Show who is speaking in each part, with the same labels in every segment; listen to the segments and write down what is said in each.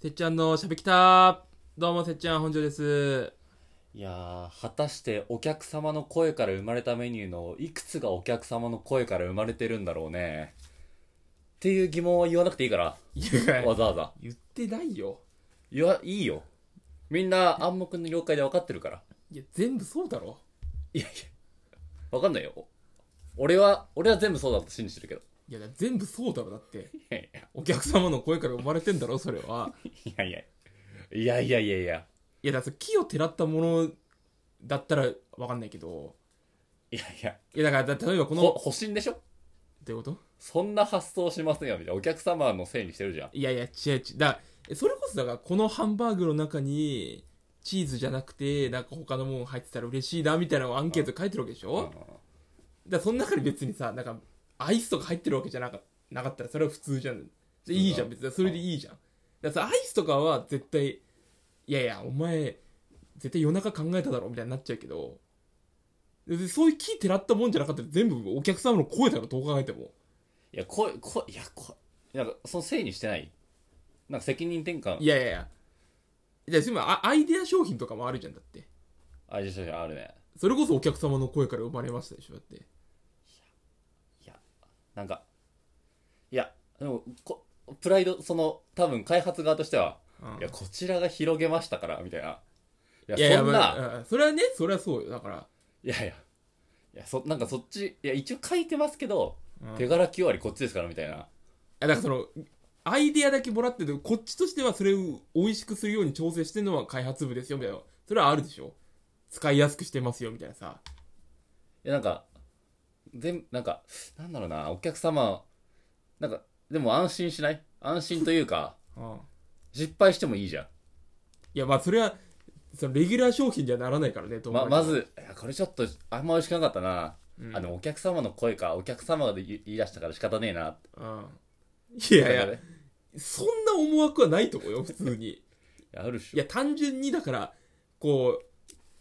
Speaker 1: せっちゃんのしゃべきたどうもせっちゃん本庄です
Speaker 2: いやー果たしてお客様の声から生まれたメニューのいくつがお客様の声から生まれてるんだろうねっていう疑問は言わなくていいから
Speaker 1: いや
Speaker 2: わざわざ
Speaker 1: 言ってないよ
Speaker 2: いやいいよみんな暗黙の了解で分かってるから
Speaker 1: いや全部そうだろ
Speaker 2: いやいや分かんないよ俺は俺は全部そうだと信じてるけど
Speaker 1: いや全部そうだろだって
Speaker 2: いやいや
Speaker 1: お客様の声から生まれてんだろそれはい
Speaker 2: やいやいやいやいやいや
Speaker 1: いやだから木をてらったものだったらわかんないけど
Speaker 2: いやいや
Speaker 1: いやだからだ例えばこの
Speaker 2: ほ
Speaker 1: ど
Speaker 2: 保身でしょ
Speaker 1: ういうこと
Speaker 2: そんな発想しませんよみたいなお客様のせいにしてるじゃん
Speaker 1: いやいや違う違うだからえそれこそだからこのハンバーグの中にチーズじゃなくてなんか他のもん入ってたら嬉しいなみたいなのをアンケート書いてるわけでしょ、
Speaker 2: うん
Speaker 1: だからその中に別にさなんかアイスとか入ってるわけじゃなかなかったらそれは普通じゃんでいいじゃん
Speaker 2: うん
Speaker 1: 別にそれでいいじゃんだからさアイスとかは絶対いやいやお前絶対夜中考えただろみたいになっちゃうけどでそういう木てらったもんじゃなかったら全部お客様の声だろどう考えても
Speaker 2: いや、声、声、いや、声、なんか、そのせいにしてないなんか責任転換
Speaker 1: い、やいやいやいやでもあアイデア商品とかもあるじゃんだって
Speaker 2: あれじゃじゃあるね。
Speaker 1: それこそお客様の声から生まれましたでしょだって
Speaker 2: なんか、いや、でも、こ、プライド、その、多分開発側としては、
Speaker 1: うん
Speaker 2: いや、こちらが広げましたから、みたいな。いや、
Speaker 1: いやいや
Speaker 2: そん
Speaker 1: ま
Speaker 2: な、
Speaker 1: あうんそれはねそれはそうよだから
Speaker 2: いやいや、いや、そ、なんかそっち、いや、一応書いてますけど、
Speaker 1: うん
Speaker 2: 手柄9割こっちですから、みたいな。
Speaker 1: いやだからそのアイデアだけもらっててこっちとしてはそれを美味しくするように調整してるのは開発部ですよみたいなそれはあるでしょ使いやすくしてますよみたいなさ
Speaker 2: いや、なんか、全、なんか、なんだろうな、お客様、なんか、でも安心しない安心というか、
Speaker 1: うん
Speaker 2: 失敗してもいいじゃん。
Speaker 1: いやまあそれはそのレギュラー商品じゃならないからねと思
Speaker 2: ま
Speaker 1: う
Speaker 2: まずいやこれちょっとあんま美味しくなかったな、
Speaker 1: うん
Speaker 2: あのお客様の声かお客様が言い言い出したから仕方ねえなって
Speaker 1: うんいやい
Speaker 2: だから
Speaker 1: や
Speaker 2: ね
Speaker 1: そんな思惑はないと思うよ普通 に
Speaker 2: いやあるっし
Speaker 1: い
Speaker 2: ょ
Speaker 1: や単純にだからこ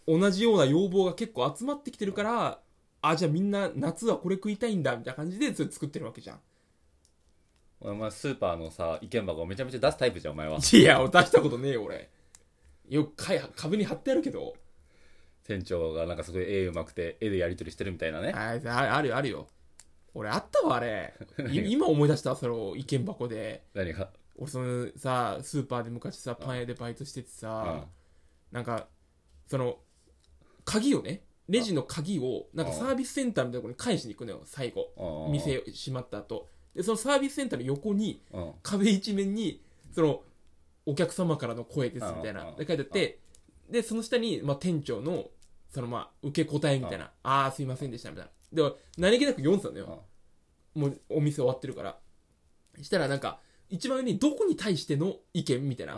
Speaker 1: う同じような要望が結構集まってきてるからあじゃあみんな夏はこれ食いたいんだみたいな感じでそれ作ってるわけじゃん
Speaker 2: お前スーパーのさ意見箱をめちゃめちゃ出すタイプじゃんお前はい
Speaker 1: や、俺出したことねえよ、俺。よくかい壁に貼ってあるけど。
Speaker 2: 店長がなんかすごい絵うまくて絵でやり取りしてるみたいなね
Speaker 1: あああるよ、あるよ。俺、あったわ、あれ。い今思い出した、その意見箱で。
Speaker 2: 何が
Speaker 1: 俺、そのさ、スーパーで昔さ、パン屋でバイトしててさ、なんか、その、鍵をね、レジの鍵を、なんかサービスセンターみたいなところに返しに行くのよ、最後。
Speaker 2: うん
Speaker 1: 店閉まった後。で、そのサービスセンターの横に、
Speaker 2: うん
Speaker 1: 壁一面にそのお客様からの声ですみたいな
Speaker 2: うん
Speaker 1: で書いてあってでその下に、まあ、店長のそのまあ受け答えみたいなああーすいませんでしたみたいなで何気なく読んでたのよもうお店終わってるからしたらなんか一番上にどこに対しての意見みたいな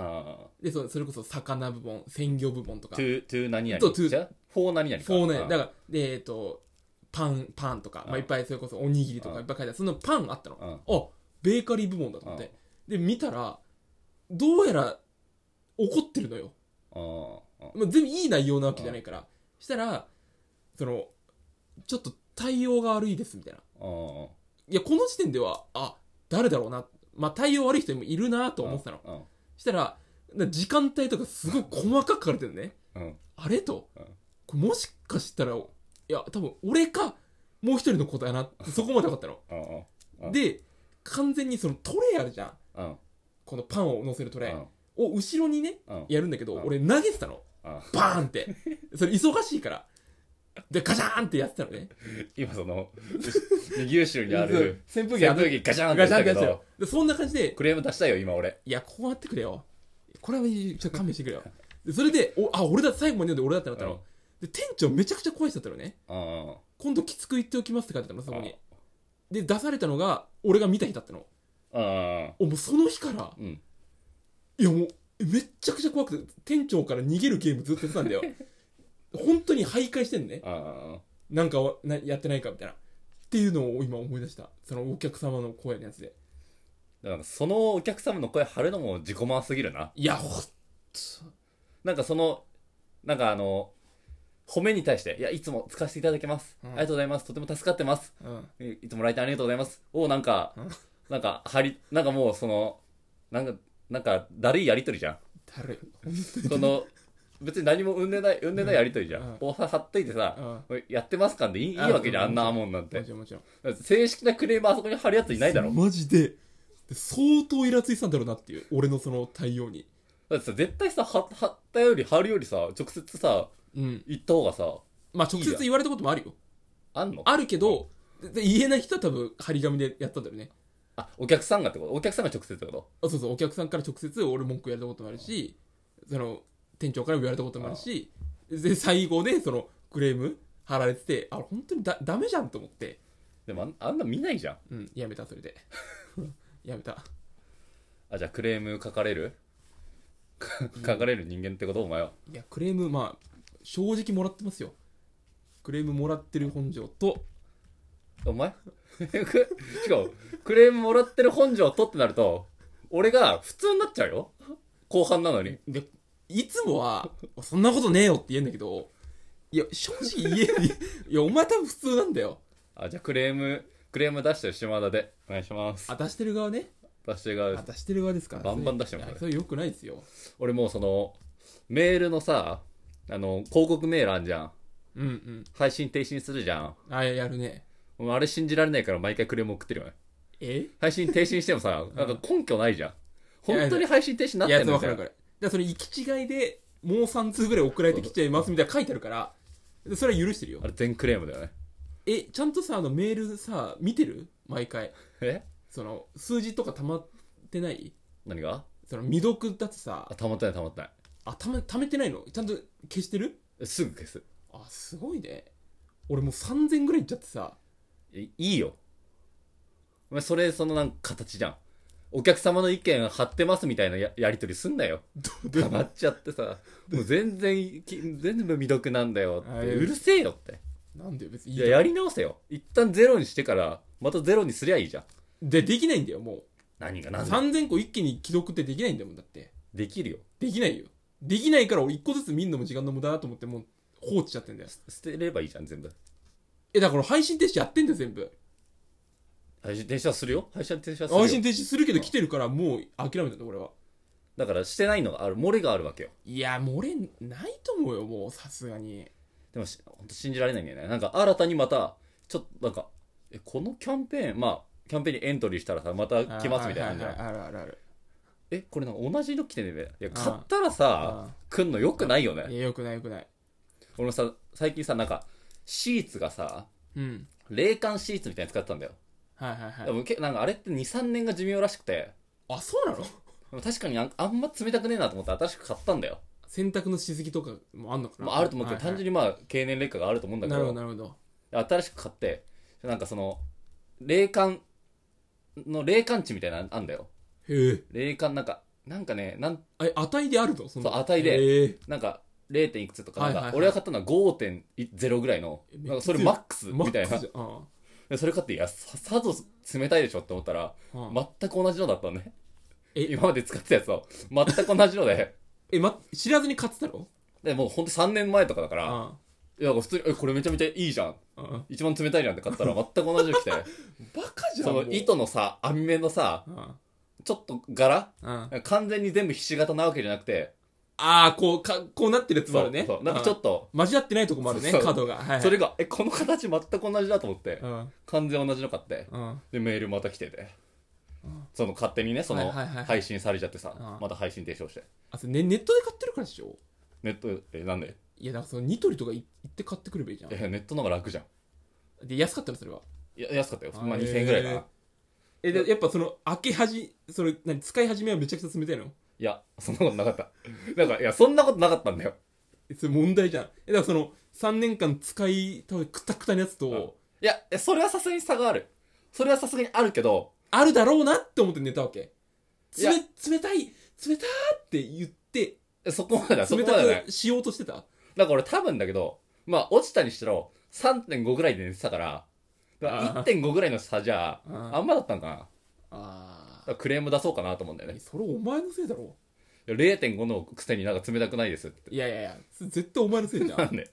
Speaker 1: でそそれこそ魚部門鮮魚部門とか
Speaker 2: トゥートゥー何々
Speaker 1: そう to
Speaker 2: じゃあフォー何々か
Speaker 1: そうね、だ
Speaker 2: ら
Speaker 1: から、でえっ、と、パン、パンとか、ま
Speaker 2: う
Speaker 1: あ、い
Speaker 2: ん
Speaker 1: っぱいそれこそおにぎりと
Speaker 2: う
Speaker 1: か
Speaker 2: ん
Speaker 1: いっぱい書いてある。そのパンあったの。
Speaker 2: うん
Speaker 1: あ、ベーカリー部門だと思って。で、見たら、どうやら怒ってるのよ。まあ、全部いい内容なわけじゃないから。したら、その、ちょっと対応が悪いですみたいな。いや、この時点では、あ、誰だろうな。まあ、対応悪い人もいるなと思ってたの。したら、な時間帯とかすごい細かく書かれてるね。あれと、
Speaker 2: うん
Speaker 1: これもしかしたらいや多分俺かもう一人の子だなってそこまで分かったの
Speaker 2: うん
Speaker 1: で完全にそのトレイあるじゃんこのパンを乗せるトレイを後ろにねやるんだけど
Speaker 2: うん
Speaker 1: 俺投げてたのバーンってそれ忙しいからでガチャーンってやってたのね
Speaker 2: 今その右後ろにある
Speaker 1: そう扇風機や
Speaker 2: 扇
Speaker 1: って
Speaker 2: 風機ガチャンって
Speaker 1: ガ
Speaker 2: や
Speaker 1: チャーン
Speaker 2: っ
Speaker 1: ってや
Speaker 2: たけ
Speaker 1: ってたよ
Speaker 2: ど
Speaker 1: でそんな感じで
Speaker 2: クレーム出したいよ今俺
Speaker 1: いやこうやってくれよこれはちょっと勘弁してくれよでそれでおあ俺だ最後まで読んで俺だってなったの、で店長めちゃくちゃ怖い人だったのね
Speaker 2: うん
Speaker 1: 今度きつく言っておきますって書いてたのそこにで出されたのが俺が見た日だったの
Speaker 2: うん
Speaker 1: おもうその日から
Speaker 2: うん
Speaker 1: いやもうえめっちゃくちゃ怖くて店長から逃げるゲームずっとやってた んだよ本当に徘徊してんね
Speaker 2: うん
Speaker 1: なんかなやってないかみたいなっていうのを今思い出したそのお客様の声のやつで
Speaker 2: だからそのお客様の声張るのも自己満すぎるない
Speaker 1: やほっ
Speaker 2: なんかそのなんかあの褒めに対して「いやいつも使わせていただきます、
Speaker 1: うん
Speaker 2: ありがとうございますとても助かってます
Speaker 1: うん
Speaker 2: いつも来店ありがとうございます」をなんか、
Speaker 1: うん
Speaker 2: なんか張りなんかもうそのなんかなんかだるいやりとりじゃん
Speaker 1: だるい
Speaker 2: この別に何も生んでない生んでないやりとりじゃ
Speaker 1: うん
Speaker 2: んこうさ貼っといてさ
Speaker 1: あ
Speaker 2: これやってますかんでいいいいわけじゃんあんなもんなん
Speaker 1: あも
Speaker 2: て
Speaker 1: ちろんもちろん
Speaker 2: 正式なクレームあそこに貼るやついないだろ
Speaker 1: マジでで相当イラついてたんだろうなっていう俺のその対応に
Speaker 2: だってさ絶対さ貼貼ったより貼るよりさ直接さ
Speaker 1: うん
Speaker 2: 行った方がさ
Speaker 1: まあ直接言われたこともあるよ
Speaker 2: あんの
Speaker 1: あるけどでで言えない人は多分張り紙でやったんだよね
Speaker 2: あお客さんがってことお客さんが直接ってこと
Speaker 1: あそうそうお客さんから直接俺文句言われたこともあるしその店長から言われたこともあるしで最後でそのクレーム貼られててあ本当にだダメじゃんと思って
Speaker 2: でもあんあんな見ないじゃん
Speaker 1: うんやめたそれで やめた
Speaker 2: あじゃあクレーム書かれる書かれる人間ってことお前はい
Speaker 1: やクレームまあ正直もらってますよクレームもらってる本庄と
Speaker 2: お前 くしかもクレームもらってる本庄とってなると俺が普通になっちゃうよ後半なのに
Speaker 1: でいつもは 「そんなことねえよ」って言えんだけどいや正直言え いやお前多分普通なんだよ
Speaker 2: あじゃあクレームクレーム出してる島田でお願いします
Speaker 1: あ出してる側ね
Speaker 2: 出してが
Speaker 1: あ出してる側ですか
Speaker 2: バンバン出してます
Speaker 1: いやそれよくないですよ
Speaker 2: 俺もうそのメールのさあの広告メールあんじゃん
Speaker 1: うんうん
Speaker 2: 配信停止にするじゃん
Speaker 1: あやるね
Speaker 2: もうあれ信じられないから毎回クレーム送ってるよね
Speaker 1: え
Speaker 2: 配信停止にしてもさなんか根拠ないじゃん本当に配信停止になっ
Speaker 1: い
Speaker 2: て
Speaker 1: や
Speaker 2: ん
Speaker 1: そう
Speaker 2: の
Speaker 1: わ
Speaker 2: みた
Speaker 1: かる
Speaker 2: いな
Speaker 1: わかるだからそれ行き違いでもう3通ぐらい送られてきちゃいますみたいな書いてあるからでそれは許してるよ
Speaker 2: あれ全クレームだよね
Speaker 1: えちゃんとさあのメールさ見てる毎回
Speaker 2: え
Speaker 1: その数字とか溜まってない
Speaker 2: 何が
Speaker 1: その未読だってさ
Speaker 2: あたまってないたまってない
Speaker 1: あため溜めてないのちゃんと消してる
Speaker 2: えすぐ消す
Speaker 1: あすごいね俺もう3000ぐらいいっちゃってさ
Speaker 2: いいいよお前それそのなんか形じゃんお客様の意見貼ってますみたいなややり取りすんなよ
Speaker 1: ど
Speaker 2: 溜まっちゃってさもう全然き全部未読なんだよっ
Speaker 1: あ
Speaker 2: て
Speaker 1: いや
Speaker 2: うるせえよって
Speaker 1: なんで別にい
Speaker 2: い
Speaker 1: い
Speaker 2: や
Speaker 1: じゃん
Speaker 2: やり直せよ一旦ゼロにしてからまたゼロにすりゃいいじゃん
Speaker 1: でできないんだよも
Speaker 2: 何が
Speaker 1: う
Speaker 2: 何だ
Speaker 1: 3000個一気に既読ってできないんだもんだって
Speaker 2: できるよ
Speaker 1: できないよできないから俺一個ずつ見んのも時間の無駄だと思ってもう放置しちゃってんだよ
Speaker 2: 捨てればいいじゃん全部
Speaker 1: えだから配信停止やってんだよ全部
Speaker 2: 配信停止はするよ配信停止はするよ
Speaker 1: 配信停止するけど来てるからもう諦めたんだ俺は
Speaker 2: だからしてないのがある漏れがあるわけよ
Speaker 1: いやもう俺ないと思うよもうさすがに
Speaker 2: でもし本当信じられないんだよねなんか新たにまたちょっとなんかえこのキャンペーンまあキャンペーンにエントリーしたらさまた来ますみたいな感じじゃ
Speaker 1: あ
Speaker 2: ん
Speaker 1: あるあるある
Speaker 2: えこれなんか同じの来てねえべいや
Speaker 1: ああ
Speaker 2: 買ったらさ
Speaker 1: あ
Speaker 2: 来んのよくないよ
Speaker 1: あい
Speaker 2: ね
Speaker 1: やよくないよくない
Speaker 2: 俺もさ最近さなんかシーツがさ
Speaker 1: うん
Speaker 2: 冷感シーツみたいに使ってたんだよ、
Speaker 1: はいはいは
Speaker 2: で
Speaker 1: い
Speaker 2: もけなんかあれって23年が寿命らしくて
Speaker 1: あそうなの
Speaker 2: でも確かにあんあんま冷たくねえなと思って新しく買ったんだよ、
Speaker 1: 洗濯のしすぎとかもあんのかな、
Speaker 2: まあ、あると思うけど、
Speaker 1: はいはい
Speaker 2: 単純にまあ経年劣化があると思うんだけ
Speaker 1: な
Speaker 2: ど
Speaker 1: るほどなるほど
Speaker 2: 新しく買ってなんかその冷感の冷感値みたいなのあんだよ
Speaker 1: へえ
Speaker 2: 冷感なんかなんかねなん
Speaker 1: あれ値であるとその
Speaker 2: そう値で
Speaker 1: へえ
Speaker 2: なんか 0. 点いくつとかなん
Speaker 1: はいはい
Speaker 2: か
Speaker 1: はい
Speaker 2: 俺が買ったのは5.0ぐらいの
Speaker 1: え
Speaker 2: なんかそれマックス
Speaker 1: マ
Speaker 2: みた
Speaker 1: ッ
Speaker 2: い
Speaker 1: ク
Speaker 2: な
Speaker 1: スじゃんあ
Speaker 2: でそれ買っていやささぞ冷たいでしょって思った
Speaker 1: あ
Speaker 2: ら
Speaker 1: ああ
Speaker 2: 全く同じのだったのね
Speaker 1: え
Speaker 2: 今まで使ってたやつと全く同じので
Speaker 1: え、ま、知らずに買ってたろ
Speaker 2: でもうほんと3年前とかだから
Speaker 1: あ
Speaker 2: いや普通にえこれめちゃめちゃいいじゃん
Speaker 1: あああ
Speaker 2: 一番冷たいじゃんって買った ら全く同じの来て
Speaker 1: バカじゃん
Speaker 2: その
Speaker 1: もう
Speaker 2: 糸のさ網目のさ
Speaker 1: あ
Speaker 2: ちょっと柄
Speaker 1: あああ
Speaker 2: 完全に全部ひし形なわけじゃなくて、
Speaker 1: ああこうかこうなってるやつもあるね
Speaker 2: そうそうなんかちょっと、
Speaker 1: 間違ってないとこもあるね
Speaker 2: そう
Speaker 1: 角がはいはい
Speaker 2: それが、え、この形全く同じだと思って
Speaker 1: う、ん
Speaker 2: 完全同じの買って、
Speaker 1: うんあ
Speaker 2: で、メールまた来てて、その勝手にね、その
Speaker 1: はいはいはいはい
Speaker 2: 配信されちゃってさ
Speaker 1: うん、
Speaker 2: また配信停止をして、
Speaker 1: それねネットで買ってるからでしょ
Speaker 2: ネット、え、なんで
Speaker 1: いやだからそのニトリとかい行って買ってくればいいじゃん
Speaker 2: え、ネットの方が楽じゃん。
Speaker 1: で安かったのそれはい
Speaker 2: や安かったよ。
Speaker 1: あ
Speaker 2: まあ2000円ぐらいか
Speaker 1: へ
Speaker 2: な
Speaker 1: ー。えでやっぱその開け始それ何使い始めはめちゃくちゃ冷たいの
Speaker 2: いや、そんなことなかった。なんか、いや、そんなことなかったんだよ。
Speaker 1: えそれ問題じゃんえだからその3年間使いたくたくたのやつと
Speaker 2: いや、えそれはさすがに差がある。それはさすがにあるけど、
Speaker 1: あるだろうなって思って寝たわけつめ
Speaker 2: い
Speaker 1: 冷たい冷たーって言って
Speaker 2: えそこまでだ、そこ
Speaker 1: 冷
Speaker 2: までだ
Speaker 1: た
Speaker 2: ね。
Speaker 1: くしようとしてた
Speaker 2: だから俺多分だけど、まあ落ちたにしろ3.5ぐらいで寝てたから、だから
Speaker 1: あー
Speaker 2: 1.5ぐらいの差じゃ、
Speaker 1: あー
Speaker 2: あんまだったんかな。だか
Speaker 1: あ
Speaker 2: らクレーム出そうかなと思うんだよね。
Speaker 1: それお前のせいだろ
Speaker 2: いや0.5のくせになんか冷たくないですって。
Speaker 1: いやいやいやそれ絶対お前のせいじゃん
Speaker 2: な
Speaker 1: だ
Speaker 2: んで
Speaker 1: か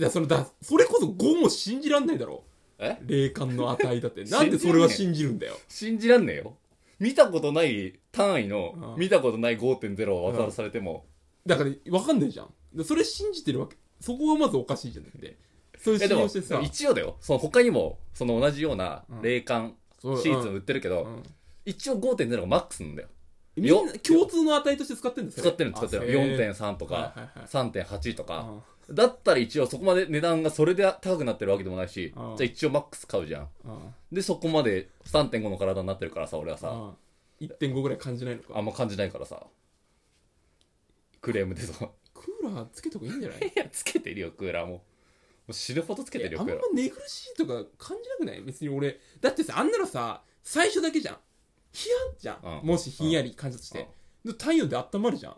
Speaker 1: らそのだそれこそ5も信じらんないだろ
Speaker 2: え
Speaker 1: 霊感の値だってなんでそれは信じるんだよ
Speaker 2: 信じらんねえよ。見たことない単位の
Speaker 1: う、ん
Speaker 2: 見たことない5.0を渡されても、
Speaker 1: だから分かんないじゃんでそれ信じてるわけそこがまずおかしいじゃなくてそういう
Speaker 2: い
Speaker 1: 信
Speaker 2: やでも
Speaker 1: 用してさ
Speaker 2: 一応だよその他にもその同じような
Speaker 1: うん
Speaker 2: 霊感シ
Speaker 1: そう
Speaker 2: ーツも売ってるけど、
Speaker 1: うんうん
Speaker 2: 一応5.0がマックスなんだよ
Speaker 1: みんな共通の値として使ってるんです
Speaker 2: 使ってるの使ってるの4.3と
Speaker 1: はい
Speaker 2: か
Speaker 1: はいはい
Speaker 2: 3.8とか、だったら一応そこまで値段がそれで高くなってるわけでもないし、
Speaker 1: うん
Speaker 2: じゃあ一応マックス買うじゃんでそこまで3.5の体になってるからさ俺はさ、
Speaker 1: 1.5ぐらい感じないの
Speaker 2: あ
Speaker 1: か
Speaker 2: んま感じないからさクレームでさ
Speaker 1: クーラーつけとかいいんじゃない
Speaker 2: いやつけてるよクーラーももう死ぬほどつけてる
Speaker 1: え
Speaker 2: よ
Speaker 1: あん
Speaker 2: ク
Speaker 1: ま
Speaker 2: ーラー
Speaker 1: 寝苦しいとか感じなくない別に俺だってさあんなのさ最初だけじゃんひやんじゃん、
Speaker 2: うん
Speaker 1: もしひんやり感じとして、で太陽で温まるじゃん
Speaker 2: い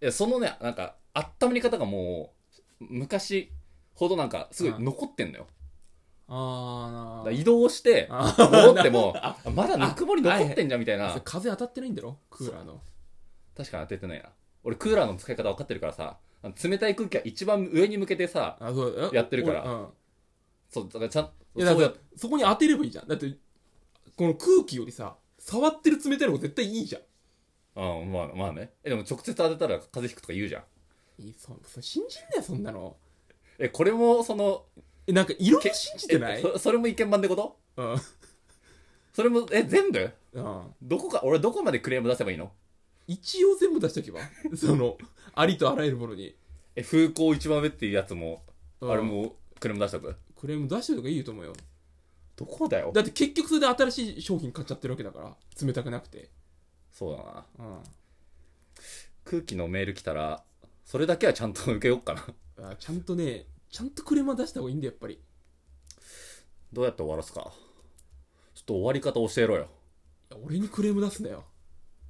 Speaker 2: やそのねなんか温まり方がもう昔ほどなんかすごい残ってんのよ、だ
Speaker 1: あ
Speaker 2: から移動して
Speaker 1: あ
Speaker 2: 戻って もまだぬくもり残ってんじゃんみたい
Speaker 1: あ
Speaker 2: な
Speaker 1: 風当たってないんだろクーラーの
Speaker 2: 確かに当ててないな俺クーラーの使い方分かってるからさあの冷たい空気が一番上に向けてさ
Speaker 1: あそう
Speaker 2: やってるから
Speaker 1: 俺うん
Speaker 2: そうだからちゃん
Speaker 1: いやだ
Speaker 2: そう
Speaker 1: から
Speaker 2: や
Speaker 1: そこに当てればいいじゃんだってこの空気よりさ触ってる冷たいのが絶対いいじゃん
Speaker 2: うんまあまあねえでも直接当てたら風邪ひくとか言うじゃん
Speaker 1: いいそそ信じんなよそんなの
Speaker 2: えこれもその
Speaker 1: えなんかいろいろ信じてな
Speaker 2: え
Speaker 1: い
Speaker 2: そそれも意見版ってこと
Speaker 1: うん、
Speaker 2: それもえ全部
Speaker 1: うん、
Speaker 2: どこか俺どこまでクレーム出せばいいの
Speaker 1: 一応全部出しとけば そのありとあらゆるものに、
Speaker 2: え風向一番上っていうやつも
Speaker 1: うん
Speaker 2: あれもクレーム出したく
Speaker 1: クレーム出してるとかいいと思うよ
Speaker 2: どこだよ
Speaker 1: だって結局それで新しい商品買っちゃってるわけだから冷たくなくて
Speaker 2: そうだな
Speaker 1: うん
Speaker 2: 空気のメール来たらそれだけはちゃんと受けようかな
Speaker 1: あちゃんとねちゃんとクレームは出した方がいいんだよやっぱり
Speaker 2: どうやって終わらすかちょっと終わり方教えろよ
Speaker 1: いや俺にクレーム出すなよ